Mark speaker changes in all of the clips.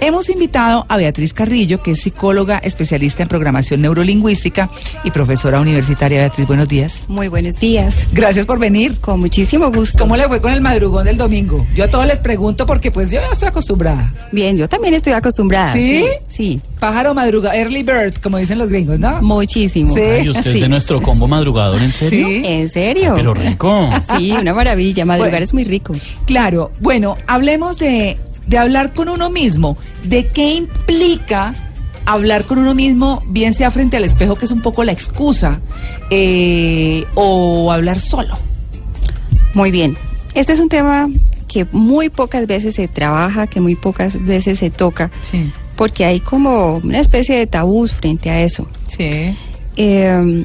Speaker 1: Hemos invitado a Beatriz Carrillo, que es psicóloga especialista en programación neurolingüística y profesora universitaria. Beatriz, buenos días.
Speaker 2: Muy buenos días.
Speaker 1: Gracias por venir.
Speaker 2: Con muchísimo gusto.
Speaker 1: ¿Cómo le fue con el madrugón del domingo? Yo a todos les pregunto porque pues yo ya estoy acostumbrada.
Speaker 2: Bien, yo también estoy acostumbrada.
Speaker 1: ¿Sí?
Speaker 2: Sí,
Speaker 1: Pájaro madruga, early bird, como dicen los gringos,
Speaker 2: sí,
Speaker 1: ¿no?
Speaker 2: muchísimo.
Speaker 1: Sí.
Speaker 3: Ay, usted es de nuestro combo madrugador, ¿en serio?
Speaker 1: Sí.
Speaker 2: ¿En serio?
Speaker 3: Pero rico.
Speaker 2: Sí, una maravilla. Madrugar
Speaker 1: Bueno.
Speaker 2: es muy rico.
Speaker 1: Claro, bueno, hablemos de, de hablar con uno mismo, de qué implica hablar con uno mismo, bien sea frente al espejo, que es un poco la excusa, eh, o hablar solo.
Speaker 2: Muy bien. Este es un tema que muy pocas veces se trabaja, que muy pocas veces se toca,
Speaker 1: Sí,
Speaker 2: porque hay como una especie de tabús frente a eso.
Speaker 1: sí.
Speaker 2: Eh,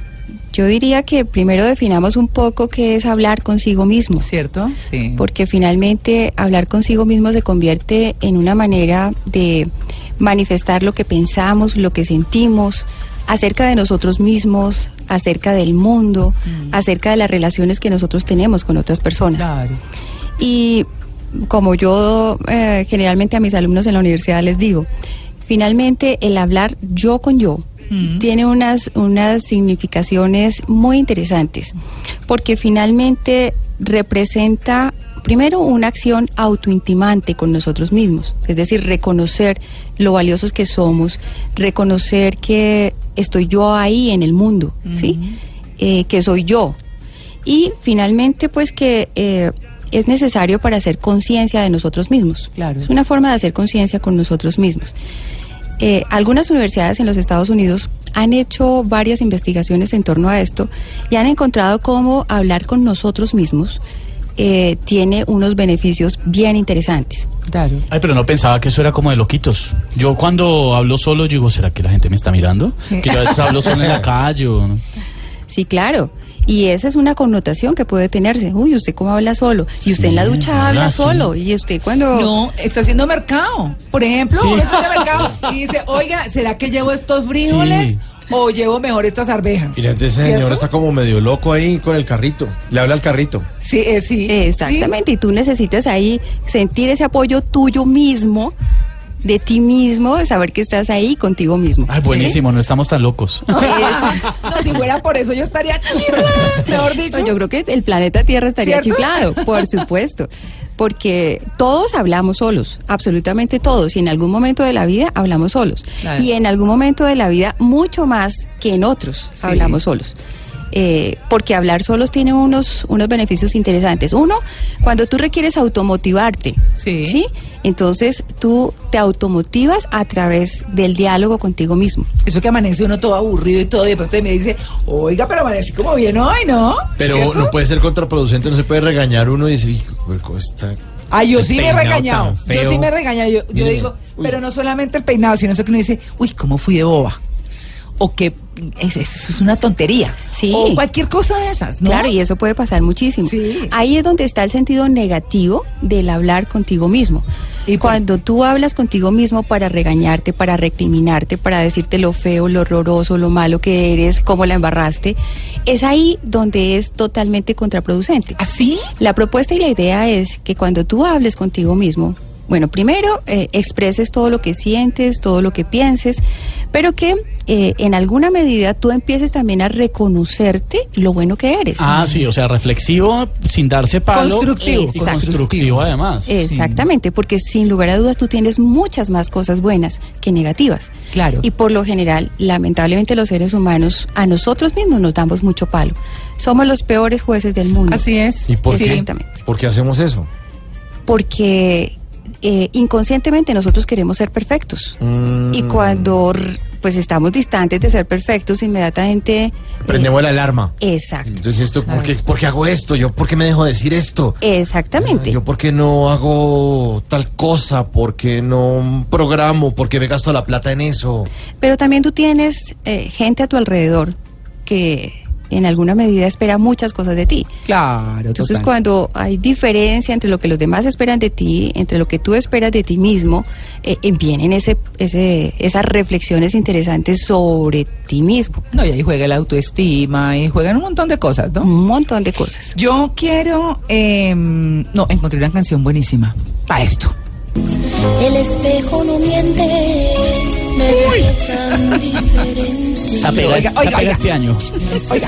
Speaker 2: yo diría que primero definamos un poco qué es hablar consigo mismo.
Speaker 1: ¿Cierto? Sí.
Speaker 2: porque finalmente hablar consigo mismo se convierte en una manera de manifestar lo que pensamos, lo que sentimos acerca de nosotros mismos, acerca del mundo, acerca de las relaciones que nosotros tenemos con otras
Speaker 1: Mm.
Speaker 2: personas.
Speaker 1: Claro.
Speaker 2: Y como yo eh, generalmente a mis alumnos en la universidad les digo, finalmente el hablar yo con yo tiene unas, unas significaciones muy interesantes, porque finalmente representa primero una acción autointimante con nosotros mismos, es decir, reconocer lo valiosos que somos, reconocer que estoy yo ahí en el mundo, ¿sí? Eh, que soy yo, y finalmente, pues que eh, es necesario para hacer conciencia de nosotros mismos.
Speaker 1: Claro.
Speaker 2: Es una forma de hacer conciencia con nosotros mismos. Eh, algunas universidades en los Estados Unidos han hecho varias investigaciones en torno a esto y han encontrado cómo hablar con nosotros mismos eh, tiene unos beneficios bien interesantes.
Speaker 1: Claro.
Speaker 3: Ay, pero no pensaba que eso era como de loquitos. Yo cuando hablo solo, yo digo, ¿será que la gente me está mirando? Que yo a veces hablo solo en la calle. o no.
Speaker 2: Sí, claro. Y esa es una connotación que puede tenerse. Uy, usted cómo habla solo. Y usted en la
Speaker 3: Sí,
Speaker 2: ducha habla
Speaker 3: habla, sí.
Speaker 2: solo. Y usted cuando...
Speaker 1: No, está haciendo mercado. Por ejemplo,
Speaker 3: Sí.
Speaker 1: uno está haciendo mercado y dice, oiga, ¿será que llevo estos frijoles
Speaker 3: Sí.
Speaker 1: o llevo mejor estas arvejas?
Speaker 4: Mira, ese
Speaker 1: ¿Cierto?
Speaker 4: señor está como medio loco ahí con el carrito. Le habla al carrito.
Speaker 1: Sí, eh, sí.
Speaker 2: Exactamente, y tú necesitas ahí sentir ese apoyo tuyo mismo, de ti mismo, de saber que estás ahí contigo mismo.
Speaker 3: Ay, buenísimo, no estamos tan locos.
Speaker 1: Sí. No, si fuera por eso yo estaría chido, mejor dicho.
Speaker 2: Yo creo que el planeta Tierra estaría
Speaker 1: ¿Cierto?
Speaker 2: chiflado, por supuesto, porque todos hablamos solos, absolutamente todos, y en algún momento de la vida hablamos solos,
Speaker 1: Claro.
Speaker 2: y en algún momento de la vida mucho más que en otros
Speaker 1: Sí.
Speaker 2: hablamos solos. Eh, porque hablar solos tiene unos, unos beneficios interesantes. Uno, cuando tú requieres automotivarte,
Speaker 1: Sí.
Speaker 2: Entonces tú te automotivas a través del diálogo contigo mismo.
Speaker 1: Eso que amanece uno todo aburrido y todo, y de pronto me dice, oiga, pero amanecí como bien hoy, ¿no?
Speaker 4: Pero
Speaker 1: ¿Cierto?
Speaker 4: no puede ser contraproducente, no se puede regañar uno y dice, "Uy, hueco, está
Speaker 1: Ay, yo
Speaker 4: el
Speaker 1: sí me he
Speaker 4: peinado
Speaker 1: regañado.
Speaker 4: tan
Speaker 1: Yo
Speaker 4: feo".
Speaker 1: sí me he regañado. Yo, yo
Speaker 4: Mire,
Speaker 1: digo,
Speaker 4: uy.
Speaker 1: pero no solamente el peinado, sino eso que uno dice, uy, ¿cómo fui de boba? O que es, es- es una tontería.
Speaker 2: Sí.
Speaker 1: O cualquier cosa de esas, ¿no?
Speaker 2: Claro, y eso puede pasar muchísimo.
Speaker 1: Sí.
Speaker 2: Ahí es donde está el sentido negativo del hablar contigo mismo.
Speaker 1: ¿Y por-
Speaker 2: cuando tú hablas contigo mismo para regañarte, para recriminarte, para decirte lo feo, lo horroroso, lo malo que eres, cómo la embarraste, es ahí donde es totalmente contraproducente.
Speaker 1: ¿Así?
Speaker 2: La propuesta y la idea es que cuando tú hables contigo mismo, bueno, primero eh, expreses todo lo que sientes, todo lo que pienses, pero que eh, en alguna medida tú empieces también a reconocerte lo bueno que eres.
Speaker 3: Ah, sí, o sea, reflexivo, sin darse palo.
Speaker 1: Constructivo,
Speaker 3: Y
Speaker 1: exacto.
Speaker 3: constructivo, además.
Speaker 2: Exactamente, porque sin lugar a dudas tú tienes muchas más cosas buenas que negativas.
Speaker 1: Claro.
Speaker 2: Y por lo general, lamentablemente los seres humanos a nosotros mismos nos damos mucho palo. Somos los peores jueces del mundo.
Speaker 1: Así es.
Speaker 4: ¿Y por
Speaker 1: Sí.
Speaker 4: qué?
Speaker 2: Exactamente.
Speaker 4: ¿Por qué hacemos eso?
Speaker 2: porque eh, inconscientemente nosotros queremos ser perfectos.
Speaker 4: Mm,
Speaker 2: Y cuando r- pues estamos distantes de ser perfectos, inmediatamente... eh,
Speaker 4: Prendemos Mm. la alarma.
Speaker 2: Exacto.
Speaker 4: Entonces, esto, ¿por qué, por qué hago esto? ¿Yo por qué me dejo decir esto?
Speaker 2: Exactamente.
Speaker 4: Ah, ¿Yo por qué no hago tal cosa? ¿Por qué no programo? ¿Por qué me gasto la plata en eso?
Speaker 2: Pero también tú tienes eh, gente a tu alrededor que en alguna medida espera muchas cosas de ti.
Speaker 1: Claro,
Speaker 2: Entonces
Speaker 1: total.
Speaker 2: cuando hay diferencia entre lo que los demás esperan de ti, entre lo que tú esperas de ti mismo, eh, eh, vienen ese, ese, esas reflexiones interesantes sobre ti mismo.
Speaker 1: No, y ahí juega la autoestima y juegan un montón de cosas, ¿no?
Speaker 2: Un montón de cosas.
Speaker 1: Yo quiero. em, no, encontré una canción buenísima para esto.
Speaker 5: El espejo no miente, me ve tan diferente.
Speaker 3: Esa pega,
Speaker 1: Oiga,
Speaker 3: esa
Speaker 1: oiga,
Speaker 3: pega
Speaker 1: oiga.
Speaker 3: este año.
Speaker 1: Oiga.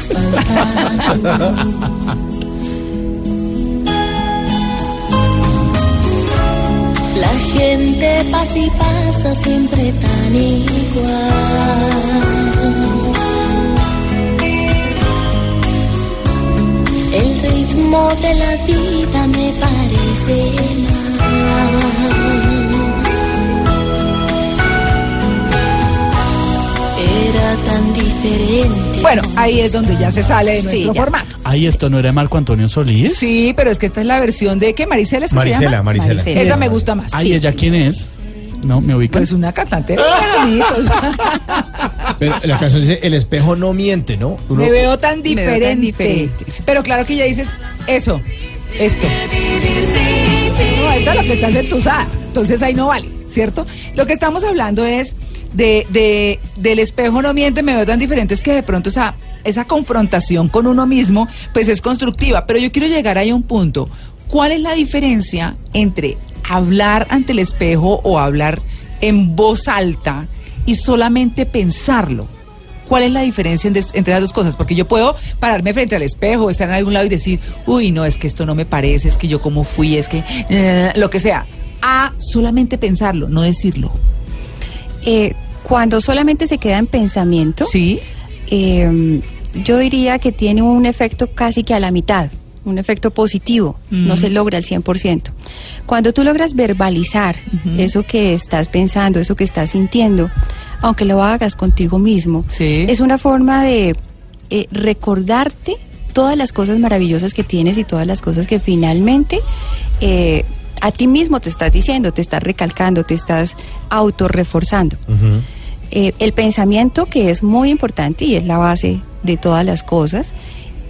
Speaker 5: La gente pasa y pasa siempre tan igual. El ritmo de la vida me parece mal. Era tan diferente.
Speaker 1: Bueno, ahí es donde ya se sale de
Speaker 2: Sí,
Speaker 1: nuestro
Speaker 2: ya.
Speaker 1: formato.
Speaker 3: Ay, esto no era de Marco Antonio Solís.
Speaker 1: Sí, pero es que esta es la versión de que Maricela es que se llama.
Speaker 2: Marisela. Marisela.
Speaker 1: Esa me gusta más.
Speaker 3: Ay, ella quién es? No, me ubica.
Speaker 1: Pues una cantante. Me
Speaker 4: Pero la canción dice, el espejo no miente, ¿no? Uno-
Speaker 1: veo tan
Speaker 2: Me veo tan
Speaker 1: diferente.
Speaker 2: diferente.
Speaker 1: Pero claro que ya dices eso, esto. No, esta es la que estás entusada. Entonces ahí no vale, ¿cierto? Lo que estamos hablando es de, de- del espejo no miente, me veo tan diferente, es que de pronto esa, esa confrontación con uno mismo, pues es constructiva. Pero yo quiero llegar ahí a un punto. ¿Cuál es la diferencia entre hablar ante el espejo o hablar en voz alta y solamente pensarlo? ¿Cuál es la diferencia en des- entre las dos cosas? Porque yo puedo pararme frente al espejo, estar en algún lado y decir, uy, no, es que esto no me parece, es que yo como fui, es que eh, lo que sea. A solamente pensarlo, no decirlo.
Speaker 2: Eh, cuando solamente se queda en pensamiento,
Speaker 1: Sí.
Speaker 2: eh, yo diría que tiene un efecto casi que a la mitad, un efecto positivo, no se logra al 100%. Cuando tú logras verbalizar eso que estás pensando, eso que estás sintiendo, aunque lo hagas contigo mismo,
Speaker 1: Sí.
Speaker 2: es una forma de eh, recordarte todas las cosas maravillosas que tienes y todas las cosas que finalmente... eh, a ti mismo te estás diciendo, te estás recalcando, te estás autorreforzando. Eh, el pensamiento, que es muy importante y es la base de todas las cosas,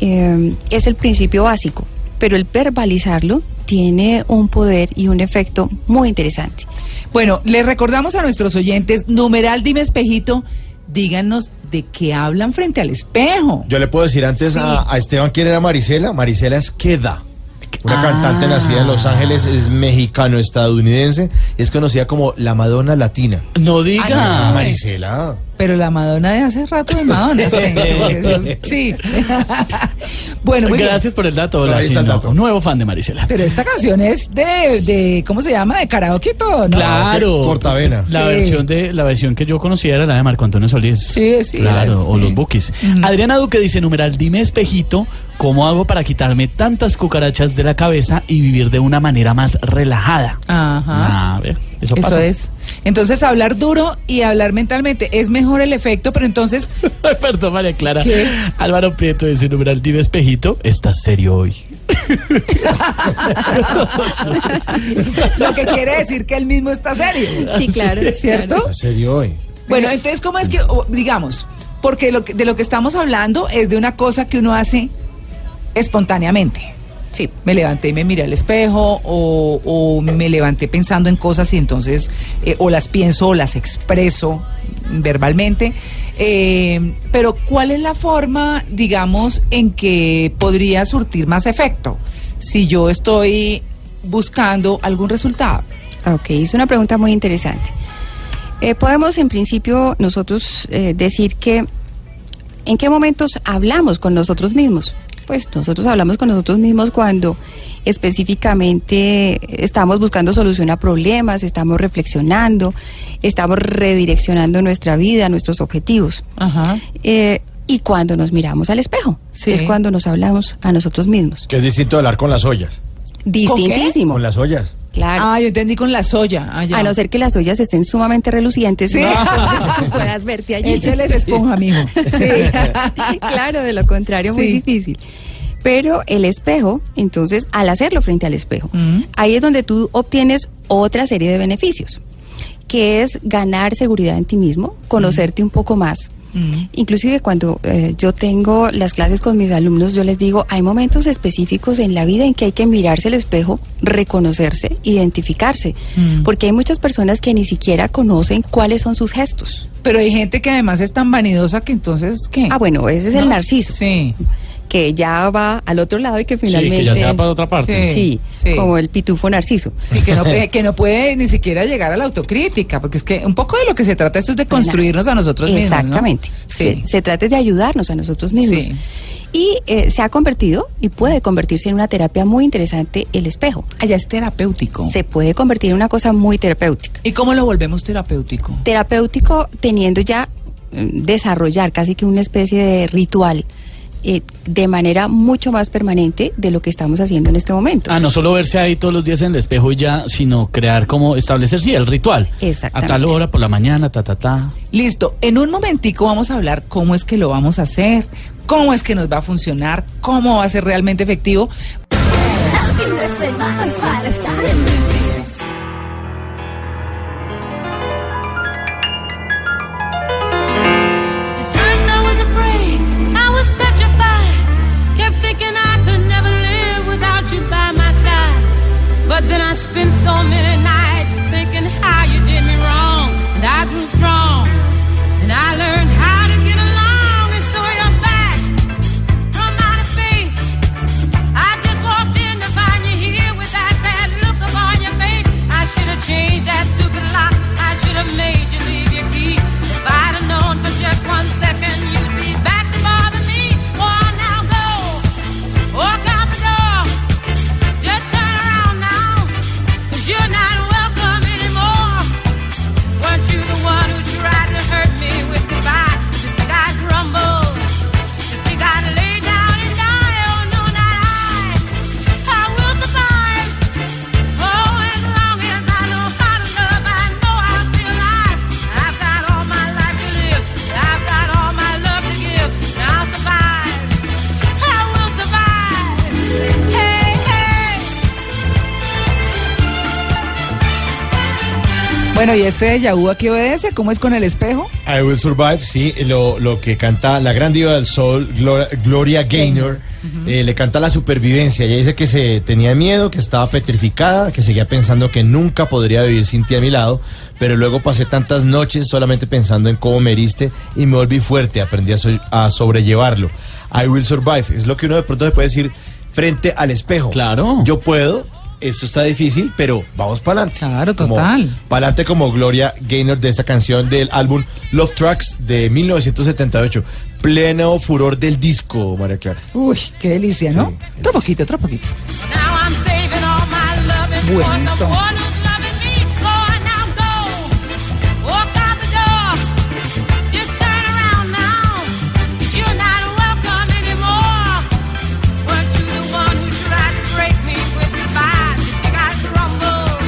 Speaker 2: eh, es el principio básico, pero el verbalizarlo tiene un poder y un efecto muy interesante.
Speaker 1: Bueno, le recordamos a nuestros oyentes, numeral dime espejito, díganos de qué hablan frente al espejo.
Speaker 4: Yo le puedo decir antes a, a Esteban quién era Marisela. Marisela es Queda. Una cantante nacida en Los Ángeles, es mexicano-estadounidense, es conocida como la Madonna Latina.
Speaker 3: No diga.
Speaker 4: Ah, Marisela.
Speaker 1: Pero la Madonna de hace rato de Madonna. sí. sí. bueno, muy bien.
Speaker 3: Gracias por el dato.
Speaker 4: Ahí
Speaker 3: Hola,
Speaker 4: está
Speaker 3: sí,
Speaker 4: el
Speaker 3: no.
Speaker 4: dato.
Speaker 3: Nuevo fan de Marisela.
Speaker 1: Pero esta canción es de, de ¿cómo se llama? De karaoke y todo, ¿no?
Speaker 3: Claro.
Speaker 4: qué cortavena.
Speaker 3: La
Speaker 1: Sí.
Speaker 3: versión de la versión que yo conocía era la de Marco Antonio Solís.
Speaker 1: Sí, sí,
Speaker 3: Claro,
Speaker 1: sí. Mm.
Speaker 3: o los Bookies. Adriana Duque dice, numeral, dime espejito, ¿cómo hago para quitarme tantas cucarachas de la cabeza y vivir de una manera más relajada?
Speaker 1: Ajá.
Speaker 3: A ver,
Speaker 1: Eso
Speaker 3: eso, pasa.
Speaker 1: es. Entonces, hablar duro y hablar mentalmente es mejor el efecto, pero entonces,
Speaker 3: Perdón, María Clara.
Speaker 1: ¿Qué?
Speaker 3: Álvaro Prieto dice, numeral, dime espejito, estás serio hoy.
Speaker 1: lo que quiere decir que él mismo está serio.
Speaker 2: Sí, claro,
Speaker 1: ¿Cierto?
Speaker 4: ¿Está serio hoy?
Speaker 1: Bueno, entonces, ¿cómo es que, o- digamos, porque lo que- de lo que estamos hablando es de una cosa que uno hace espontáneamente.
Speaker 2: Sí.
Speaker 1: me levanté y me miré al espejo o, o me levanté pensando en cosas y entonces eh, o las pienso o las expreso verbalmente. Eh, pero ¿cuál es la forma, digamos, en que podría surtir más efecto si yo estoy buscando algún resultado?
Speaker 2: Ok, es una pregunta muy interesante. Eh, podemos en principio nosotros eh, decir que en qué momentos hablamos con nosotros mismos. Pues nosotros hablamos con nosotros mismos cuando específicamente estamos buscando solución a problemas, estamos reflexionando, estamos redireccionando nuestra vida, nuestros objetivos.
Speaker 1: Ajá.
Speaker 2: Eh, y cuando nos miramos al espejo,
Speaker 1: Sí.
Speaker 2: es cuando nos hablamos a nosotros mismos.
Speaker 4: Que es distinto hablar con las ollas.
Speaker 2: Distintísimo.
Speaker 4: Con las ollas.
Speaker 2: Claro.
Speaker 1: Ah, yo entendí con la soya. Ah, ya.
Speaker 2: A no ser que las ollas estén sumamente relucientes,
Speaker 1: Sí.
Speaker 2: entonces tú puedas verte allí.
Speaker 1: Écheles esponja, mijo.
Speaker 2: Sí, claro, de lo contrario, muy
Speaker 1: Sí.
Speaker 2: difícil. Pero el espejo, entonces, al hacerlo frente al espejo,
Speaker 1: Mm.
Speaker 2: ahí es donde tú obtienes otra serie de beneficios, que es ganar seguridad en ti mismo, conocerte un poco más.
Speaker 1: Mm.
Speaker 2: Inclusive cuando eh, yo tengo las clases con mis alumnos, yo les digo, hay momentos específicos en la vida en que hay que mirarse el espejo, reconocerse, identificarse,
Speaker 1: Mm.
Speaker 2: porque hay muchas personas que ni siquiera conocen cuáles son sus gestos.
Speaker 1: Pero hay gente que además es tan vanidosa que entonces, ¿qué?
Speaker 2: Ah, bueno, ese es el
Speaker 1: No,
Speaker 2: narciso
Speaker 1: Sí.
Speaker 2: que ya va al otro lado y que finalmente...
Speaker 3: Sí, que ya se va para otra parte.
Speaker 1: Sí.
Speaker 2: Sí,
Speaker 1: Sí.
Speaker 2: como el pitufo narciso.
Speaker 1: Sí, que no, puede- que no puede ni siquiera llegar a la autocrítica, porque es que un poco de lo que se trata esto es de construirnos a nosotros mismos. ¿no?
Speaker 2: Exactamente.
Speaker 1: Sí.
Speaker 2: Se, se trata de ayudarnos a nosotros mismos.
Speaker 1: Sí.
Speaker 2: Y eh, se ha convertido y puede convertirse en una terapia muy interesante el espejo.
Speaker 1: Allá Ah, es terapéutico.
Speaker 2: Se puede convertir en una cosa muy terapéutica.
Speaker 1: ¿Y cómo lo volvemos terapéutico?
Speaker 2: Terapéutico teniendo ya mm, desarrollar casi que una especie de ritual eh, de manera mucho más permanente de lo que estamos haciendo en este momento.
Speaker 3: Ah, no solo verse ahí todos los días en el espejo y ya, sino crear como establecer, sí, el ritual.
Speaker 2: Exactamente.
Speaker 3: A tal hora, por la mañana, ta, ta, ta.
Speaker 1: Listo, en un momentico vamos a hablar cómo es que lo vamos a hacer, cómo es que nos va a funcionar, cómo va a ser realmente efectivo.
Speaker 5: At first I was afraid, I was petrified. Kept thinking I could never live without you by my side. But then I spent so many nights thinking how you did me wrong. And I grew strong. And I learned how to get along. And so you're back from outer space. I just walked in to find you here with that sad look upon your face. I should have changed that stupid lock. I should have made you leave your key. If I'd have known for just one second you'd be back to bother me. Oh, now go. Walk out the door. Just turn around now. you you're not welcome anymore. Weren't you the one who tried to hurt me with goodbye? You think I crumbled? You think I'd lay down and die? Oh, no, not I. I will survive. Oh, as long as I know how to love, I know I'll be alive. I've got all my life to live. I've got all my love to give. And I'll survive. I will survive. Hey, hey.
Speaker 1: Bueno, ¿y este de Yahoo a qué obedece? ¿Cómo es con el espejo?
Speaker 4: I Will Survive, sí, lo, lo que canta la gran diva del sol, Gloria, Gloria Gaynor, eh, le canta la supervivencia. Ella dice que se tenía miedo, que estaba petrificada, que seguía pensando que nunca podría vivir sin ti a mi lado, pero luego pasé tantas noches solamente pensando en cómo me heriste y me volví fuerte, aprendí a, so- a sobrellevarlo. I Will Survive, es lo que uno de pronto se puede decir frente al espejo.
Speaker 3: Claro.
Speaker 4: Yo puedo. Esto está difícil, pero vamos para adelante.
Speaker 1: Claro, total.
Speaker 4: Para adelante como Gloria Gaynor de esta canción del álbum Love Tracks de 1978. Pleno furor del disco, María Clara.
Speaker 1: Uy, qué delicia, ¿no?
Speaker 4: Sí,
Speaker 1: otro poquito, otro poquito.
Speaker 5: Now I'm saving all my loving for the
Speaker 1: Buenito.
Speaker 5: one who's loving me. Go on now, go. Walk out the door. Just turn around now. you you're not welcome anymore. Weren't you the one who tried to break me with goodbye? You think I crumbled?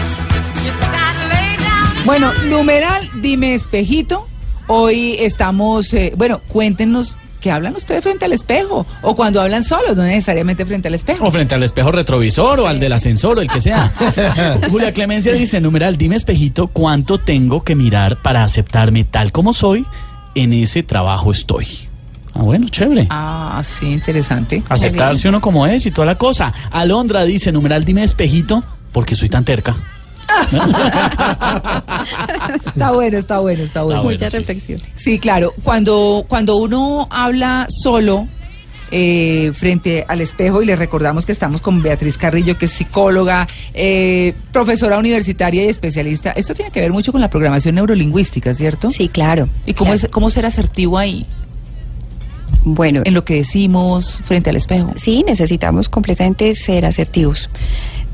Speaker 5: You think I lay down and
Speaker 1: Bueno, numeral, dime espejito. Hoy estamos, eh, bueno, cuéntenos qué hablan ustedes frente al espejo o cuando hablan solos, no necesariamente frente al
Speaker 3: O
Speaker 1: espejo.
Speaker 3: frente al espejo retrovisor o al del ascensor o el que sea. Julia Clemencia dice, numeral, dime espejito, ¿cuánto tengo que mirar para aceptarme tal como soy? En ese trabajo estoy. Ah, bueno, chévere.
Speaker 1: Ah, sí, interesante.
Speaker 3: Aceptarse uno como es y toda la cosa. Alondra dice, numeral, dime espejito, porque soy tan terca.
Speaker 1: Está bueno, está bueno, está bueno.
Speaker 3: Ah, bueno,
Speaker 2: Mucha
Speaker 3: sí.
Speaker 2: reflexión.
Speaker 1: Sí, claro. Cuando, cuando uno habla solo eh, frente al espejo, y le recordamos que estamos con Beatriz Carrillo, que es psicóloga, eh, profesora universitaria y especialista, esto tiene que ver mucho con la programación neurolingüística, ¿cierto?
Speaker 2: Sí, claro.
Speaker 1: ¿Y cómo,
Speaker 2: Claro.
Speaker 1: es, cómo ser asertivo ahí,
Speaker 2: Bueno,
Speaker 1: en lo que decimos frente al espejo?
Speaker 2: Sí, necesitamos completamente ser asertivos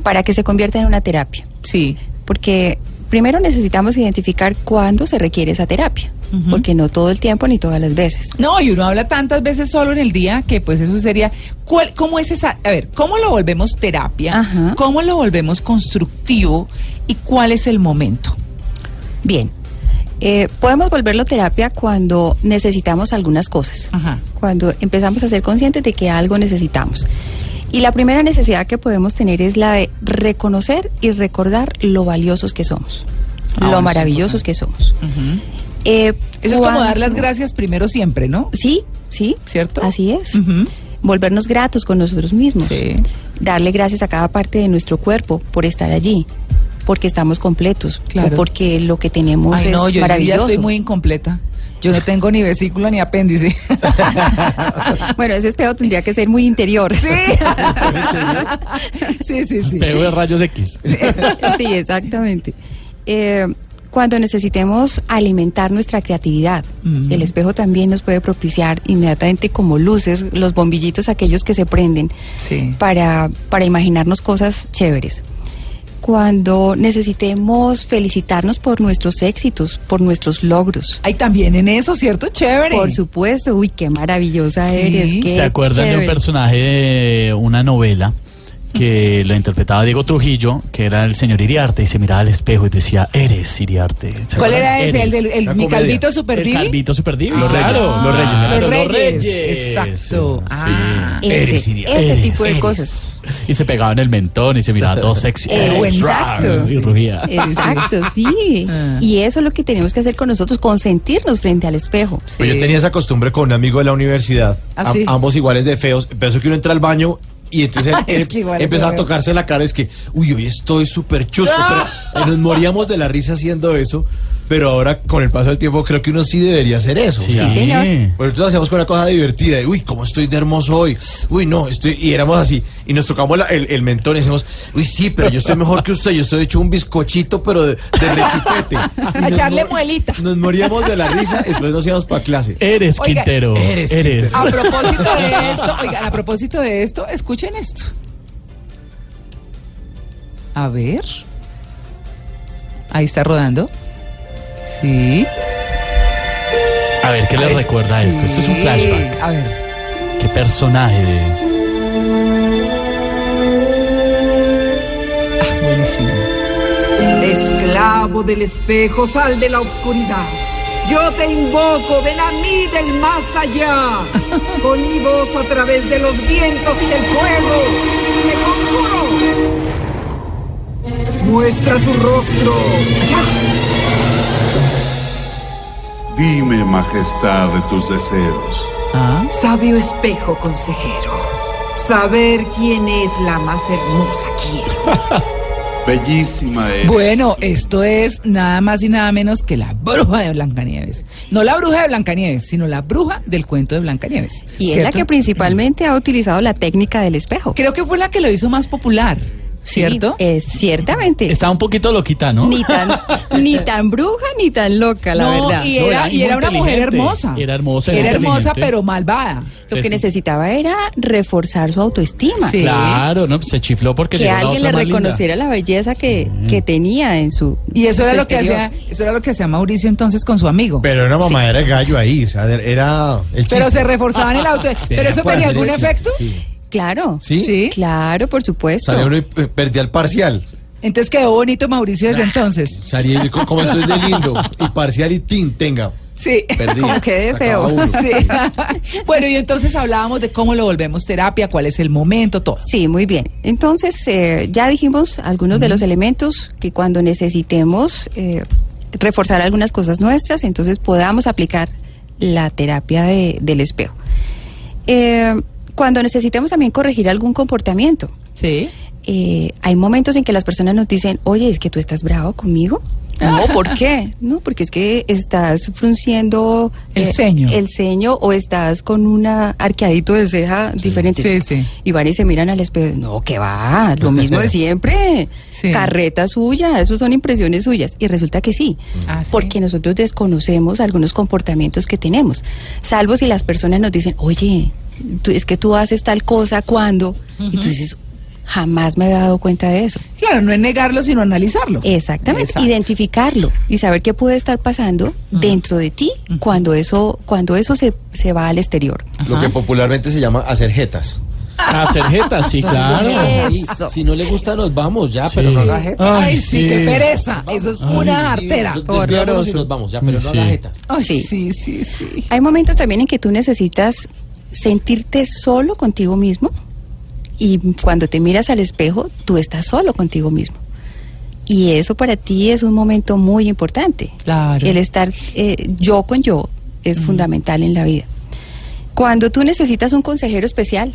Speaker 2: para que se convierta en una terapia.
Speaker 1: Sí.
Speaker 2: Porque primero necesitamos identificar cuándo se requiere esa terapia, porque no todo el tiempo ni todas las veces.
Speaker 1: No, y uno habla tantas veces solo en el día que pues eso sería, ¿cuál, ¿cómo es esa? A ver, ¿cómo lo volvemos terapia?
Speaker 2: Ajá.
Speaker 1: ¿Cómo lo volvemos constructivo? ¿Y cuál es el momento?
Speaker 2: Bien, eh, podemos volverlo terapia cuando necesitamos algunas cosas,
Speaker 1: Ajá.
Speaker 2: cuando empezamos a ser conscientes de que algo necesitamos. Y la primera necesidad que podemos tener es la de reconocer y recordar lo valiosos que somos,
Speaker 1: Ah, eso
Speaker 2: lo
Speaker 1: es
Speaker 2: maravillosos que somos. Eh,
Speaker 1: Eso es como
Speaker 2: cuando-
Speaker 1: dar las gracias primero siempre, ¿no?
Speaker 2: Sí, sí.
Speaker 1: ¿Cierto?
Speaker 2: Así es.
Speaker 1: Ujú.
Speaker 2: Volvernos gratos con nosotros mismos.
Speaker 1: Sí.
Speaker 2: Darle gracias a cada parte de nuestro cuerpo por estar allí, porque estamos completos,
Speaker 1: Claro.
Speaker 2: o porque lo que tenemos
Speaker 1: Ay,
Speaker 2: es
Speaker 1: no, yo sí ya
Speaker 2: maravilloso.
Speaker 1: estoy muy incompleta. Yo no tengo ni vesícula ni apéndice.
Speaker 2: bueno, ese espejo tendría que ser muy interior. Sí.
Speaker 1: sí, sí, sí.
Speaker 3: Pego de rayos X.
Speaker 2: sí, exactamente. Eh, cuando necesitemos alimentar nuestra creatividad, el espejo también nos puede propiciar inmediatamente como luces, los bombillitos aquellos que se prenden
Speaker 1: Sí.
Speaker 2: para, para imaginarnos cosas chéveres. Cuando necesitemos felicitarnos por nuestros éxitos, por nuestros logros.
Speaker 1: Ay, también en eso, ¿cierto? Chévere.
Speaker 2: Por supuesto, uy, qué maravillosa
Speaker 1: Sí.
Speaker 2: eres. qué
Speaker 3: ¿Se acuerdan de un
Speaker 2: chévere.
Speaker 3: personaje de una novela que la interpretaba Diego Trujillo, que era el señor Iriarte, y se miraba al espejo y decía, eres Iriarte? ¿Se
Speaker 1: ¿Cuál
Speaker 3: acuerdan?
Speaker 1: era ese? ¿El,
Speaker 3: Eres.
Speaker 1: del el,
Speaker 4: Una
Speaker 1: mi
Speaker 4: comedia.
Speaker 1: caldito super
Speaker 3: El
Speaker 1: divi? Ah,
Speaker 3: calvito superdivi.
Speaker 4: Los Reyes,
Speaker 3: Claro,
Speaker 4: los Reyes,
Speaker 3: claro,
Speaker 1: los Reyes,
Speaker 3: Exacto.
Speaker 1: exacto. Ah.
Speaker 2: Ese,
Speaker 4: Eres Iriarte.
Speaker 2: ese
Speaker 3: Eres,
Speaker 2: tipo de
Speaker 3: eres.
Speaker 2: cosas.
Speaker 3: Y se pegaban el mentón y se miraba todo sexy.
Speaker 2: Eh,
Speaker 3: Eres.
Speaker 2: exacto.
Speaker 3: Y rugía.
Speaker 2: Eh, Exacto, sí.
Speaker 1: Ah.
Speaker 2: Y eso es lo que tenemos que hacer con nosotros, consentirnos frente al espejo.
Speaker 4: Pues yo tenía esa costumbre con un amigo de la universidad.
Speaker 1: ¿Ah,
Speaker 4: Am-
Speaker 1: sí?
Speaker 4: ambos iguales de feos. Pensó que uno entra al baño y entonces
Speaker 1: Es
Speaker 4: em-
Speaker 1: que igual es
Speaker 4: empezaba a
Speaker 1: feo.
Speaker 4: tocarse la cara. Es que, uy, hoy estoy súper chusco. pero, eh, nos moríamos de la risa haciendo eso. Pero ahora, con el paso del tiempo, creo que uno sí debería hacer eso.
Speaker 3: Sí.
Speaker 4: O sea,
Speaker 2: señor.
Speaker 4: Porque nosotros hacíamos con una cosa divertida. de, uy, cómo estoy de hermoso hoy. Uy, no, estoy. Y éramos así. Y nos tocamos la- el, el mentón y decimos, uy, sí, pero yo estoy mejor que usted. Yo estoy hecho un bizcochito, pero de, de rechupete. Y nos
Speaker 1: echarle
Speaker 4: mor-
Speaker 1: muelita.
Speaker 4: Nos moríamos de la risa. Después nos íbamos para clase.
Speaker 3: Eres
Speaker 1: Oiga,
Speaker 3: Quintero.
Speaker 4: eres
Speaker 3: Eres.
Speaker 1: A propósito de esto, oigan, a propósito de esto, escuchen esto. A ver. Ahí está rodando. Sí.
Speaker 3: A ver, ¿qué les
Speaker 1: Ay,
Speaker 3: recuerda
Speaker 1: sí.
Speaker 3: esto? Esto es un flashback.
Speaker 1: A ver.
Speaker 3: ¿Qué personaje de...?
Speaker 1: Buenísimo.
Speaker 6: Esclavo del espejo, sal de la oscuridad. Yo te invoco, ven a mí del más allá. Con mi voz a través de los vientos y del fuego, te conjuro. Muestra tu rostro. Ya.
Speaker 7: Dime, majestad, de tus deseos.
Speaker 1: Ah,
Speaker 6: Sabio espejo, consejero. Saber quién es la más hermosa quiero.
Speaker 7: Bellísima eres.
Speaker 1: bueno, esto es nada más y nada menos que la bruja de Blancanieves. No la bruja de Blancanieves, sino la bruja del cuento de Blancanieves.
Speaker 2: Y es la
Speaker 1: ¿cierto?
Speaker 2: que principalmente ha utilizado la técnica del espejo.
Speaker 1: Creo que fue la que lo hizo más popular,
Speaker 2: Sí,
Speaker 1: ¿cierto?
Speaker 2: eh, ciertamente.
Speaker 3: Está un poquito loquita, ¿no?
Speaker 2: Ni tan, ni tan bruja ni tan loca, la
Speaker 1: No,
Speaker 2: verdad.
Speaker 1: Y
Speaker 3: No,
Speaker 1: era,
Speaker 3: era
Speaker 1: y era una mujer
Speaker 3: inteligente.
Speaker 1: hermosa.
Speaker 3: Era hermosa, era
Speaker 1: Era hermosa,
Speaker 3: inteligente.
Speaker 1: pero malvada.
Speaker 2: Lo que
Speaker 3: Pues-
Speaker 2: necesitaba era reforzar su autoestima.
Speaker 1: Sí.
Speaker 3: Claro, no, pues se chifló porque
Speaker 2: Que
Speaker 3: llegó la
Speaker 2: alguien
Speaker 3: otra
Speaker 2: le
Speaker 3: más linda.
Speaker 2: reconociera la belleza que, que tenía en su.
Speaker 1: Y eso
Speaker 2: en su
Speaker 1: era lo que
Speaker 2: Pues exterior.
Speaker 1: hacía, eso era lo que hacía Mauricio entonces con su amigo. Pero,
Speaker 4: Pero era una mamadera de gallo ahí, o sea, de- era el chiste.
Speaker 1: se reforzaban el auto. ¿Pero
Speaker 4: Era
Speaker 1: eso
Speaker 4: para
Speaker 1: tenía
Speaker 4: hacer
Speaker 1: algún
Speaker 4: el chiste,
Speaker 1: efecto?
Speaker 4: Sí.
Speaker 2: Claro.
Speaker 4: ¿Sí?
Speaker 1: Sí.
Speaker 2: Claro, por supuesto.
Speaker 4: Salió uno y eh, perdía el parcial.
Speaker 1: Entonces quedó bonito Mauricio desde entonces.
Speaker 4: Salí y como estoy de lindo. Y parcial y tin, tenga.
Speaker 1: Sí.
Speaker 4: Perdí.
Speaker 2: Como quedé
Speaker 4: Se acababa
Speaker 2: feo.
Speaker 4: uno.
Speaker 1: Sí. bueno, y entonces hablábamos de cómo lo volvemos terapia, cuál es el momento, todo.
Speaker 2: Sí, muy bien. Entonces, eh, ya dijimos algunos de los elementos que cuando necesitemos eh, reforzar algunas cosas nuestras, entonces podamos aplicar la terapia de- del espejo. Eh, cuando necesitemos también corregir algún comportamiento.
Speaker 1: Sí.
Speaker 2: eh, hay momentos en que las personas nos dicen, oye, es que tú estás bravo conmigo. No, ¿por qué? No, porque es que estás frunciendo eh,
Speaker 1: El ceño.
Speaker 2: El ceño o estás con una arqueadito de ceja diferente.
Speaker 1: Sí, sí.
Speaker 2: Y van y se miran al espejo. No, que va, lo mismo de siempre.
Speaker 1: Sí.
Speaker 2: Carreta suya, eso son impresiones suyas. Y resulta que sí,
Speaker 1: Ah, sí.
Speaker 2: porque nosotros desconocemos algunos comportamientos que tenemos. Salvo si las personas nos dicen, oye, tú- es que tú haces tal cosa cuando. Y tú dices, jamás me había dado cuenta de eso.
Speaker 1: Claro, no es negarlo, sino analizarlo.
Speaker 2: Exactamente,
Speaker 1: Exacto.
Speaker 2: identificarlo y saber qué puede estar pasando dentro de ti cuando eso, cuando eso se, se va al exterior.
Speaker 4: Lo que popularmente se llama hacer jetas.
Speaker 3: Hacer jetas, sí, claro.
Speaker 2: Eso.
Speaker 4: Si no le gusta, nos vamos ya,
Speaker 3: Sí.
Speaker 4: pero no haga jetas.
Speaker 3: Ay,
Speaker 1: Ay, sí,
Speaker 3: sí.
Speaker 1: qué pereza. Eso es una artera.
Speaker 4: Sí, desviámonos y nos vamos ya, pero no haga
Speaker 3: Sí.
Speaker 4: jetas.
Speaker 1: Ay,
Speaker 2: Sí.
Speaker 1: sí, sí, sí.
Speaker 2: Hay momentos también en que tú necesitas sentirte solo contigo mismo y cuando te miras al espejo, tú estás solo contigo mismo. Y eso para ti es un momento muy importante.
Speaker 1: Claro.
Speaker 2: El estar eh, yo con yo es fundamental en la vida. Cuando tú necesitas un consejero especial,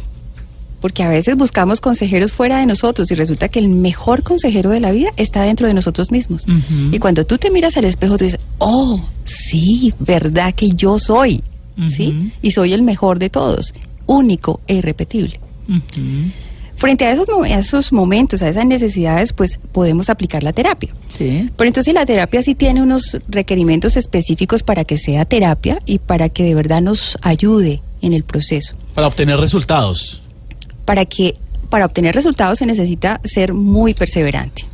Speaker 2: porque a veces buscamos consejeros fuera de nosotros y resulta que el mejor consejero de la vida está dentro de nosotros mismos. Y cuando tú te miras al espejo, tú dices, oh, sí, verdad que yo soy, ¿sí? Y soy el mejor de todos, único e irrepetible. Frente a esos, mo- a esos momentos, a esas necesidades, pues podemos aplicar la terapia.
Speaker 1: Sí.
Speaker 2: Pero entonces la terapia sí tiene unos requerimientos específicos para que sea terapia y para que de verdad nos ayude en el proceso.
Speaker 3: Para obtener resultados.
Speaker 2: Para que para obtener resultados se necesita ser muy perseverante,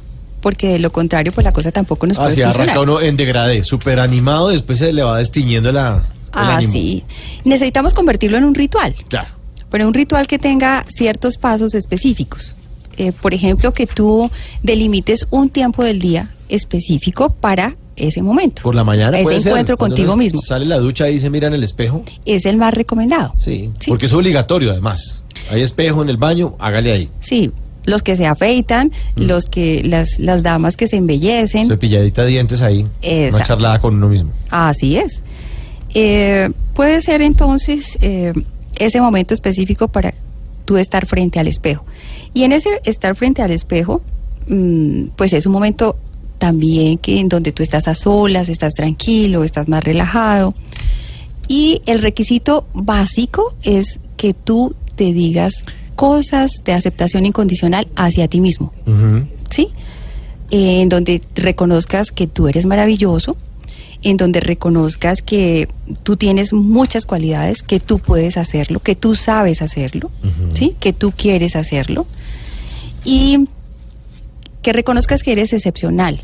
Speaker 2: porque de lo contrario pues la cosa tampoco nos puede
Speaker 4: Así
Speaker 2: funcionar.
Speaker 4: Ah, arranca uno en degradé, súper animado, después se le va destiñendo la. el
Speaker 2: Ah,
Speaker 4: ánimo.
Speaker 2: sí. Necesitamos convertirlo en un ritual.
Speaker 4: Claro.
Speaker 2: Pero un ritual que tenga ciertos pasos específicos. Eh, por ejemplo, que tú delimites un tiempo del día específico para ese momento.
Speaker 4: Por la mañana.
Speaker 2: Ese
Speaker 4: puede ser,
Speaker 2: encuentro
Speaker 4: cuando
Speaker 2: contigo
Speaker 4: uno
Speaker 2: mismo.
Speaker 4: Sale la ducha y se mira en el espejo.
Speaker 2: Es el más recomendado.
Speaker 4: Sí, Porque es obligatorio, además. Hay espejo en el baño, hágale ahí.
Speaker 2: Sí, los que se afeitan, los que las, las damas que se embellecen.
Speaker 4: Cepilladita de dientes ahí. Una
Speaker 2: Exacto.
Speaker 4: charlada con uno mismo.
Speaker 2: Así es. Eh, puede ser entonces eh, ese momento específico para tú estar frente al espejo. Y en ese estar frente al espejo, mm, pues es un momento también que en donde tú estás a solas, estás tranquilo, estás más relajado. Y el requisito básico es que tú te digas cosas de aceptación incondicional hacia ti mismo.
Speaker 4: Ujú.
Speaker 2: ¿sí? Eh, en donde reconozcas que tú eres maravilloso, en donde reconozcas que tú tienes muchas cualidades, que tú puedes hacerlo, que tú sabes hacerlo, ¿sí? Que tú quieres hacerlo y que reconozcas que eres excepcional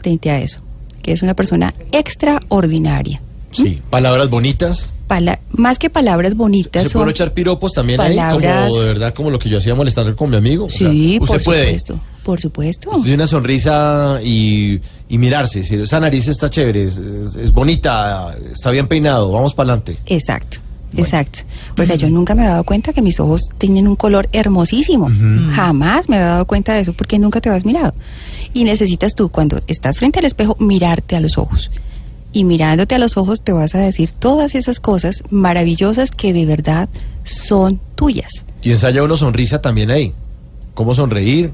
Speaker 2: frente a eso, que es una persona extraordinaria.
Speaker 4: Sí. Palabras bonitas.
Speaker 2: Pala- más que palabras bonitas
Speaker 4: Se pueden
Speaker 2: son
Speaker 4: echar piropos también ahí,
Speaker 2: palabras-
Speaker 4: como de verdad, como lo que yo hacía molestando con mi amigo. O sea,
Speaker 2: Sí,
Speaker 4: usted
Speaker 2: por
Speaker 4: puede.
Speaker 2: supuesto, por supuesto.
Speaker 4: De una sonrisa y, y mirarse. decir, Esa nariz está chévere, es, es- es bonita, está bien peinado, vamos para adelante.
Speaker 2: Exacto, exacto. Oiga, yo nunca me había dado cuenta que mis ojos tienen un color hermosísimo.
Speaker 1: Mm.
Speaker 2: Jamás me había dado cuenta de eso porque nunca te habías mirado. Y necesitas tú, cuando estás frente al espejo, mirarte a los ojos. Y mirándote a los ojos te vas a decir todas esas cosas maravillosas que de verdad son tuyas.
Speaker 4: Y ensaya uno sonrisa también ahí. Cómo sonreír,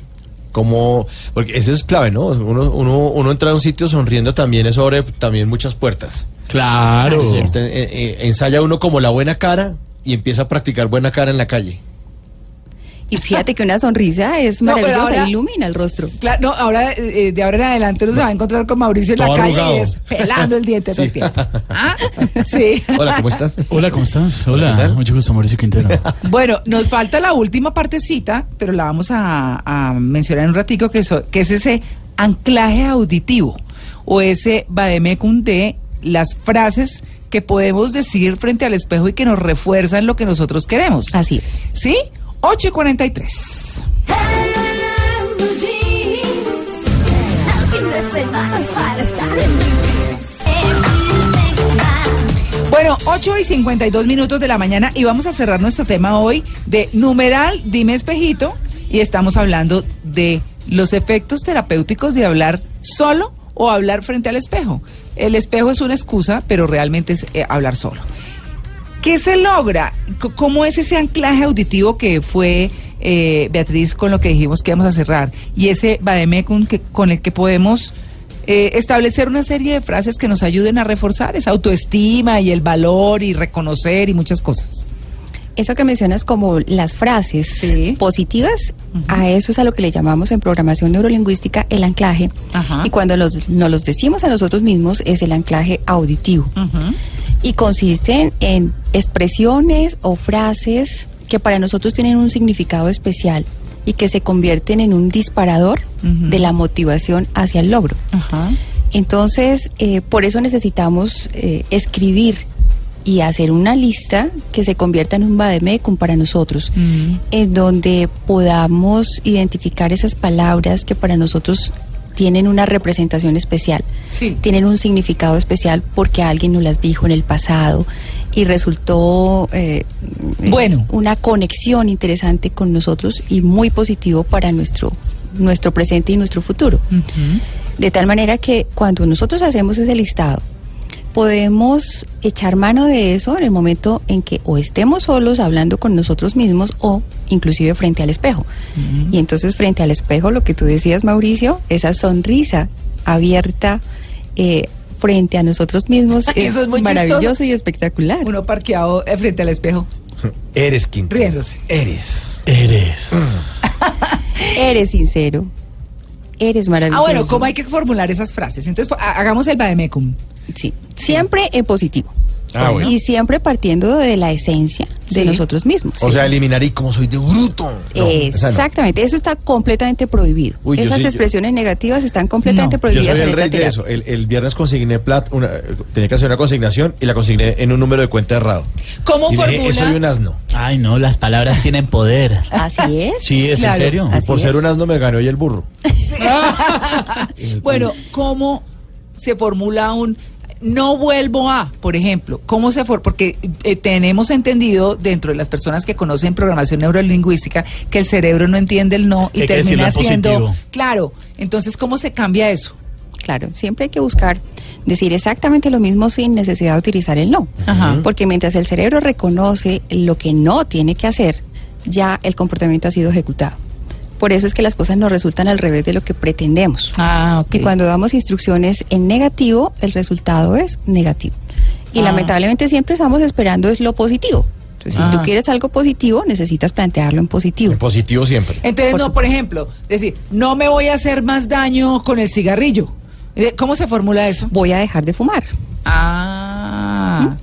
Speaker 4: cómo... Porque eso es clave, ¿no? Uno, uno, uno entra a un sitio sonriendo también, eso abre también muchas puertas.
Speaker 3: Claro.
Speaker 2: Así es.
Speaker 4: Entonces, eh, eh, ensaya uno como la buena cara y empieza a practicar buena cara en la calle.
Speaker 2: Y fíjate que una sonrisa es
Speaker 1: No, pero
Speaker 2: maravillosa,
Speaker 1: ahora-
Speaker 2: ilumina el rostro.
Speaker 1: Claro, no, ahora eh, de ahora en adelante uno se va a encontrar con Mauricio en la
Speaker 4: Todo
Speaker 1: calle
Speaker 4: arrugado.
Speaker 1: y es pelando el diente todo el
Speaker 4: Sí.
Speaker 1: tiempo. ¿Ah? Sí.
Speaker 4: Hola, ¿cómo estás?
Speaker 3: Hola, ¿cómo estás?
Speaker 4: Hola, ¿qué
Speaker 3: Hola,
Speaker 4: tal?
Speaker 3: mucho gusto, Mauricio Quintero.
Speaker 1: Bueno, nos falta la última partecita, pero la vamos a, a mencionar en un ratico, que, so- que es ese anclaje auditivo o ese vademecum de las frases que podemos decir frente al espejo y que nos refuerzan lo que nosotros queremos.
Speaker 2: Así es.
Speaker 1: ¿Sí? 8 y 43. Bueno, 8 y 52 minutos de la mañana y vamos a cerrar nuestro tema hoy de numeral, dime espejito, y estamos hablando de los efectos terapéuticos de hablar solo o hablar frente al espejo. El espejo es una excusa, pero realmente es eh, hablar solo. ¿Qué se logra? C- ¿Cómo es ese anclaje auditivo que fue eh, Beatriz con lo que dijimos que íbamos a cerrar? Y ese vademecum que, con el que podemos eh, establecer una serie de frases que nos ayuden a reforzar esa autoestima y el valor y reconocer y muchas cosas.
Speaker 2: Eso que mencionas como las frases
Speaker 1: Sí.
Speaker 2: positivas, a eso es a lo que le llamamos en programación neurolingüística el anclaje.
Speaker 1: Ajá.
Speaker 2: Y cuando los, nos los decimos a nosotros mismos es el anclaje auditivo. Y consisten en expresiones o frases que para nosotros tienen un significado especial y que se convierten en un disparador de la motivación hacia el logro.
Speaker 1: Ajá.
Speaker 2: Entonces, eh, por eso necesitamos eh, escribir y hacer una lista que se convierta en un vademecum para nosotros,
Speaker 1: Mm.
Speaker 2: en donde podamos identificar esas palabras que para nosotros tienen una representación especial,
Speaker 1: Sí.
Speaker 2: tienen un significado especial porque alguien nos las dijo en el pasado y resultó eh,
Speaker 1: Bueno.
Speaker 2: una conexión interesante con nosotros y muy positivo para nuestro nuestro presente y nuestro futuro. De tal manera que cuando nosotros hacemos ese listado, podemos echar mano de eso en el momento en que o estemos solos hablando con nosotros mismos o inclusive frente al espejo. Y entonces frente al espejo, lo que tú decías, Mauricio, esa sonrisa abierta eh, frente a nosotros mismos es,
Speaker 1: Eso es muy
Speaker 2: maravilloso
Speaker 1: chistoso.
Speaker 2: y espectacular.
Speaker 1: Uno parqueado eh, frente al espejo,
Speaker 4: Eres Quintero.
Speaker 1: riéndose.
Speaker 4: Eres.
Speaker 3: Eres.
Speaker 2: Eres sincero. Eres
Speaker 1: Ah,
Speaker 2: maravilloso.
Speaker 1: bueno, ¿cómo hay que formular esas frases? Entonces, pues, ha- hagamos el vademecum.
Speaker 2: Sí, siempre en positivo.
Speaker 4: Ah, bueno.
Speaker 2: Y siempre partiendo de la esencia de
Speaker 1: Sí.
Speaker 2: nosotros mismos.
Speaker 4: O sea, eliminar y como soy de bruto. No, esa no.
Speaker 2: Exactamente, eso está completamente prohibido.
Speaker 4: Uy, yo
Speaker 2: Esas
Speaker 4: soy- yo-
Speaker 2: expresiones negativas están completamente
Speaker 1: No.
Speaker 4: Yo
Speaker 2: prohibidas en
Speaker 4: soy el
Speaker 2: esta
Speaker 4: rey de
Speaker 2: terapia.
Speaker 4: eso. El, el viernes consigné plata, una- tenía que hacer una consignación y la consigné en un número de cuenta errado.
Speaker 1: ¿Cómo
Speaker 4: Y dije,
Speaker 1: formula?
Speaker 4: "Eh, soy un asno.
Speaker 3: Ay, no, las palabras tienen poder.
Speaker 2: Así es.
Speaker 3: Sí, es
Speaker 1: Claro.
Speaker 3: en serio.
Speaker 2: Así
Speaker 4: Por ser
Speaker 2: es.
Speaker 4: un asno me ganó hoy el burro.
Speaker 1: Bueno, ¿cómo se formula un no vuelvo a, por ejemplo? ¿Cómo se for porque eh, tenemos entendido dentro de las personas que conocen programación neurolingüística que el cerebro no entiende el no y
Speaker 3: Hay que decirlo
Speaker 1: termina
Speaker 3: en
Speaker 1: siendo
Speaker 3: positivo.
Speaker 1: claro. Entonces, ¿cómo se cambia eso?
Speaker 2: Claro, siempre hay que buscar decir exactamente lo mismo sin necesidad de utilizar el no.
Speaker 1: Ajá.
Speaker 2: Porque mientras el cerebro reconoce lo que no tiene que hacer, ya el comportamiento ha sido ejecutado. Por eso es que las cosas nos resultan al revés de lo que pretendemos.
Speaker 1: Ah,
Speaker 2: Y cuando damos instrucciones en negativo, el resultado es negativo. Y
Speaker 1: Ah.
Speaker 2: lamentablemente siempre estamos esperando es lo positivo. Entonces, si
Speaker 1: Ah.
Speaker 2: tú quieres algo positivo, necesitas plantearlo en positivo.
Speaker 4: En positivo siempre.
Speaker 1: Entonces,
Speaker 2: Por
Speaker 1: no, por ejemplo, decir, no me voy a hacer más daño con el cigarrillo. Eh, ¿Cómo se formula eso?
Speaker 2: Voy a dejar de fumar.
Speaker 1: Ah.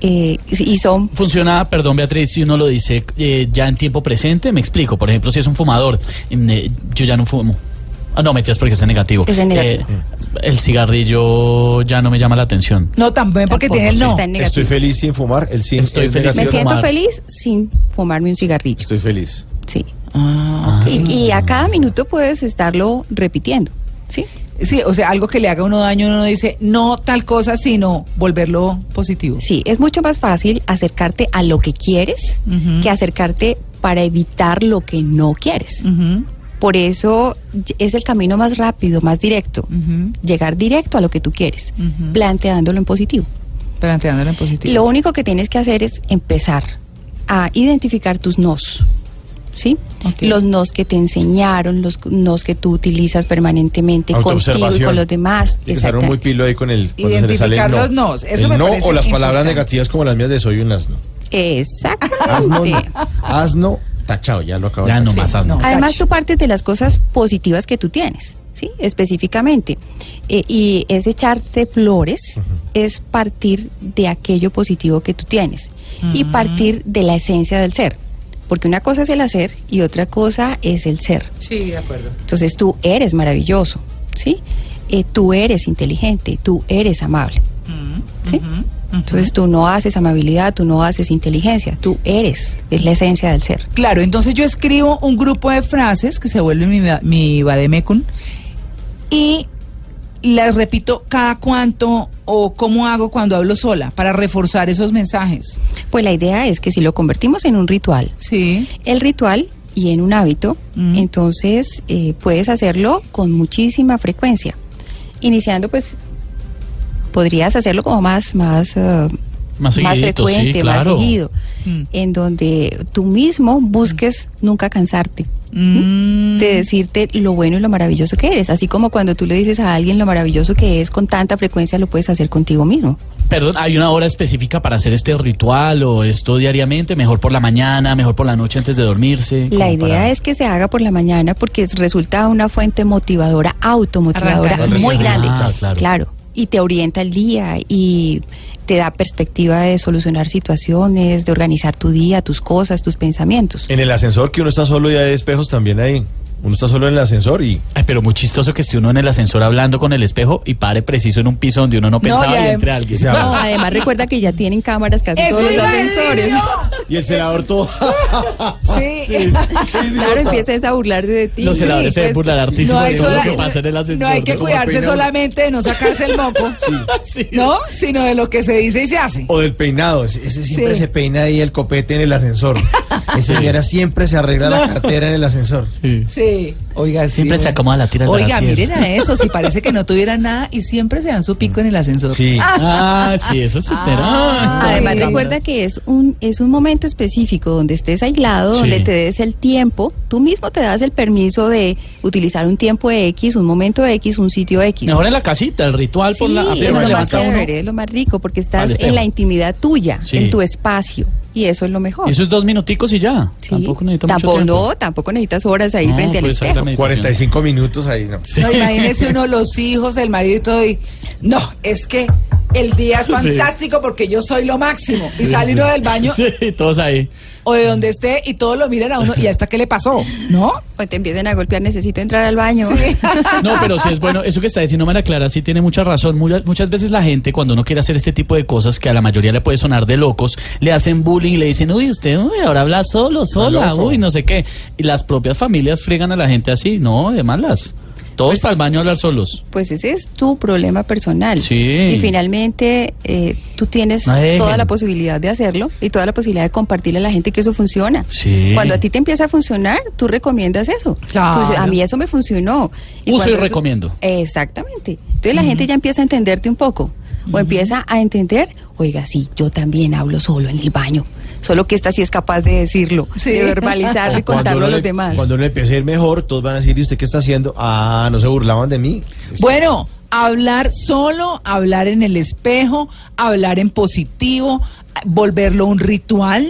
Speaker 2: Eh, y son
Speaker 3: Funciona, perdón Beatriz, si uno lo dice eh, ya en tiempo presente, me explico. Por ejemplo, si es un fumador, en, eh, yo ya no fumo. Ah, no, mentiras porque es en negativo.
Speaker 2: Es en negativo.
Speaker 3: Eh, el cigarrillo ya no me llama la atención.
Speaker 1: No, también porque
Speaker 2: Tampoco
Speaker 1: tiene el
Speaker 2: se
Speaker 1: no.
Speaker 2: está en negativo.
Speaker 4: Estoy feliz sin fumar. El sin
Speaker 3: Estoy
Speaker 4: es
Speaker 3: feliz
Speaker 2: Me
Speaker 3: sin
Speaker 4: negativo.
Speaker 2: siento
Speaker 3: fumar.
Speaker 2: feliz sin fumarme un cigarrillo.
Speaker 4: Estoy feliz.
Speaker 2: Sí.
Speaker 1: Ah, ok.
Speaker 2: Y, y a cada minuto puedes estarlo repitiendo. ¿Sí?
Speaker 1: Sí, o sea, algo que le haga a uno daño, uno dice no tal cosa, sino volverlo positivo.
Speaker 2: Sí, es mucho más fácil acercarte a lo que quieres
Speaker 1: Ujú.
Speaker 2: que acercarte para evitar lo que no quieres.
Speaker 1: Ujú,
Speaker 2: Por eso y- es el camino más rápido, más directo.
Speaker 1: ujú,
Speaker 2: Llegar directo a lo que tú quieres,
Speaker 1: Ujú.
Speaker 2: planteándolo en positivo.
Speaker 1: Planteándolo en
Speaker 2: Y
Speaker 1: positivo.
Speaker 2: Lo único que tienes que hacer es empezar a identificar tus nos. ¿Sí?
Speaker 1: Ok.
Speaker 2: Los nos que te enseñaron, los nos que tú utilizas permanentemente contigo y
Speaker 4: Autoobservación.
Speaker 2: con los demás.
Speaker 4: Y quedaron muy
Speaker 2: Exactamente.
Speaker 4: pilo ahí con el cuando se le sale
Speaker 1: Identificar
Speaker 4: el no.
Speaker 1: los nos, eso
Speaker 4: el
Speaker 1: me
Speaker 4: no
Speaker 1: parece
Speaker 4: o las palabras
Speaker 1: importante.
Speaker 4: negativas como las mías de soy un asno. Asno,
Speaker 2: Exactamente.
Speaker 4: asno, tachado, ya lo acabo de
Speaker 3: Ya Ah, no
Speaker 4: tachar.
Speaker 3: más asno.
Speaker 1: no.
Speaker 2: Además,
Speaker 1: Cacho.
Speaker 2: tú partes de las cosas positivas que tú tienes, ¿sí? Específicamente. Eh, y es echarte flores, es partir de aquello positivo que tú tienes y partir de la esencia del ser. Porque una cosa es el hacer y otra cosa es el ser.
Speaker 1: Sí, de acuerdo.
Speaker 2: Entonces, tú eres maravilloso, ¿sí? Eh, tú eres inteligente, tú eres amable, ¿sí? Entonces, tú no haces amabilidad, tú no haces inteligencia, tú eres, es la esencia del ser.
Speaker 1: Claro, entonces yo escribo un grupo de frases que se vuelven mi, va- mi vademecum y las repito cada cuánto o cómo hago cuando hablo sola para reforzar esos mensajes.
Speaker 2: Pues la idea es que si lo convertimos en un ritual,
Speaker 1: Sí.
Speaker 2: el ritual y en un hábito,
Speaker 1: Mm.
Speaker 2: entonces eh, puedes hacerlo con muchísima frecuencia. Iniciando, pues, podrías hacerlo como más, más, eh,
Speaker 3: Más seguidito, sí,
Speaker 2: frecuente, más
Speaker 3: claro.
Speaker 2: seguido,
Speaker 1: Mm.
Speaker 2: en donde tú mismo busques nunca cansarte
Speaker 1: Mm.
Speaker 2: de decirte lo bueno y lo maravilloso que eres, así como cuando tú le dices a alguien lo maravilloso que es con tanta frecuencia lo puedes hacer contigo mismo.
Speaker 3: Perdón, ¿hay una hora específica para hacer este ritual o esto diariamente? ¿Mejor por la mañana, mejor por la noche antes de dormirse?
Speaker 2: La
Speaker 3: como
Speaker 2: idea
Speaker 3: para-
Speaker 2: es que se haga por la mañana porque es- resulta una fuente motivadora, automotivadora,
Speaker 1: Arrancar.
Speaker 2: muy
Speaker 3: Ah,
Speaker 2: grande.
Speaker 3: claro.
Speaker 2: claro. y te orienta el día y te da perspectiva de solucionar situaciones, de organizar tu día, tus cosas, tus pensamientos.
Speaker 3: Eh,
Speaker 4: En el ascensor que uno está solo y hay espejos también ahí. Uno está solo en el ascensor y
Speaker 3: Ay, pero muy chistoso que esté uno en el ascensor hablando con el espejo y pare preciso en un piso donde uno no pensaba
Speaker 1: y
Speaker 3: y,
Speaker 1: adem-
Speaker 3: entre alguien.
Speaker 4: se
Speaker 2: No,
Speaker 4: abre.
Speaker 2: además recuerda que ya tienen cámaras casi
Speaker 1: Eso
Speaker 2: todos los
Speaker 1: iba a decir
Speaker 2: ascensores.
Speaker 4: y el celador todo.
Speaker 1: Sí.
Speaker 2: Claro, empiezas a burlarse de ti.
Speaker 3: Los celadores se
Speaker 2: pues,
Speaker 3: burlar
Speaker 1: No
Speaker 3: artísticos
Speaker 1: hay,
Speaker 3: de todo
Speaker 1: sola-
Speaker 3: lo que pasa en el
Speaker 1: no
Speaker 3: ascensor.
Speaker 1: hay que
Speaker 3: ¿no?
Speaker 1: cuidarse
Speaker 4: peinado.
Speaker 1: solamente de no sacarse el moco,
Speaker 3: Sí.
Speaker 1: ¿no? Sino de lo que se dice y se hace.
Speaker 4: O del peinado, ese ese siempre
Speaker 1: Sí.
Speaker 4: se peina ahí el copete en el ascensor. Esa señora siempre se arregla la cartera en el ascensor.
Speaker 1: Sí. Oiga, sí,
Speaker 3: Siempre se
Speaker 1: bueno.
Speaker 3: acomoda la tira del
Speaker 1: Oiga,
Speaker 3: brasier.
Speaker 1: miren a eso, si parece que no tuvieran nada y siempre se dan su pico en el ascensor.
Speaker 4: Sí.
Speaker 3: Ah, sí, eso sí.
Speaker 1: Ah,
Speaker 3: Ah,
Speaker 2: Además
Speaker 1: Ay.
Speaker 2: recuerda que es un es un momento específico donde estés aislado,
Speaker 3: Sí.
Speaker 2: donde te des el tiempo, tú mismo te das el permiso de utilizar un tiempo X, un momento X, un sitio X.
Speaker 3: Mejor en la casita, el ritual por
Speaker 2: Sí,
Speaker 3: la
Speaker 2: es lo
Speaker 3: apenas
Speaker 2: más
Speaker 3: levanta uno.
Speaker 2: chévere, es lo más rico, porque
Speaker 3: Al
Speaker 2: estás
Speaker 3: espejo.
Speaker 2: en la intimidad tuya,
Speaker 3: Sí.
Speaker 2: en tu espacio, y eso es lo mejor.
Speaker 3: Eso es dos minuticos y ya.
Speaker 2: Sí.
Speaker 3: Tampoco necesita
Speaker 2: Tampoco-
Speaker 3: mucho tiempo.
Speaker 2: No, tampoco necesitas horas ahí
Speaker 3: No, pues,
Speaker 2: frente al
Speaker 3: puede ser la
Speaker 2: espejo.
Speaker 3: meditación.
Speaker 4: 45 minutos ahí, ¿no?
Speaker 3: Sí.
Speaker 1: No, imagínese uno los hijos, el marido y todo. Y, no, es que el día es
Speaker 3: Sí.
Speaker 1: fantástico porque yo soy lo máximo. y sale
Speaker 3: sí.
Speaker 1: uno del baño
Speaker 3: Sí, todos ahí.
Speaker 1: o de donde esté y todos lo miran a uno. ¿Y hasta qué le pasó? ¿No?
Speaker 2: O te empiecen a golpear, necesito entrar al baño.
Speaker 3: No, pero sí es bueno. Eso que está diciendo María Clara sí tiene mucha razón. Mucha- muchas veces la gente, cuando uno quiere hacer este tipo de cosas que a la mayoría le puede sonar de locos, le hacen bullying, le dicen, uy, usted uy, ahora habla solo, sola,
Speaker 4: loco.
Speaker 3: uy, no sé qué. Y las propias familias friegan a la gente así, no, de malas. Todos para el baño a hablar solos.
Speaker 2: Pues ese es tu problema personal.
Speaker 3: Sí.
Speaker 2: Y finalmente eh, tú tienes
Speaker 3: No dejen.
Speaker 2: toda la posibilidad de hacerlo y toda la posibilidad de compartirle a la gente que eso funciona.
Speaker 3: Sí.
Speaker 2: Cuando a ti te empieza a funcionar, tú recomiendas eso.
Speaker 1: Claro.
Speaker 2: Entonces, a mí eso me funcionó.
Speaker 3: Uso y
Speaker 2: cuando eso-
Speaker 3: recomiendo.
Speaker 2: Exactamente. Entonces la gente ya empieza a entenderte un poco o empieza a entender, oiga, sí, yo también hablo solo en el baño. Solo que esta sí es capaz de decirlo,
Speaker 1: Sí.
Speaker 2: de verbalizarlo y
Speaker 4: O cuando
Speaker 2: contarlo
Speaker 4: uno
Speaker 2: a los
Speaker 4: le-
Speaker 2: demás.
Speaker 4: Cuando uno empiece a ir mejor, todos van a decir, ¿y usted qué está haciendo? Ah, no se burlaban de mí.
Speaker 1: Bueno, hablar solo, hablar en el espejo, hablar en positivo, volverlo un ritual,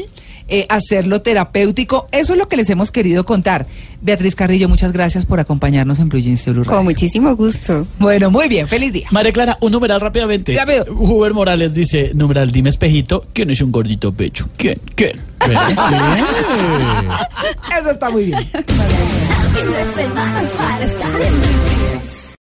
Speaker 1: eh, hacerlo terapéutico. Eso es lo que les hemos querido contar. Beatriz Carrillo, muchas gracias por acompañarnos en Blue Jeans de Blue Radio.
Speaker 2: Con muchísimo gusto.
Speaker 1: Bueno, muy bien, feliz día.
Speaker 3: María Clara, un numeral rápidamente.
Speaker 1: Rápido.
Speaker 3: Huber Morales dice, numeral, dime espejito, ¿quién es un gordito pecho? ¿Quién? ¿Quién?
Speaker 1: Eso está muy bien.
Speaker 8: Fin de semana es para estar en mi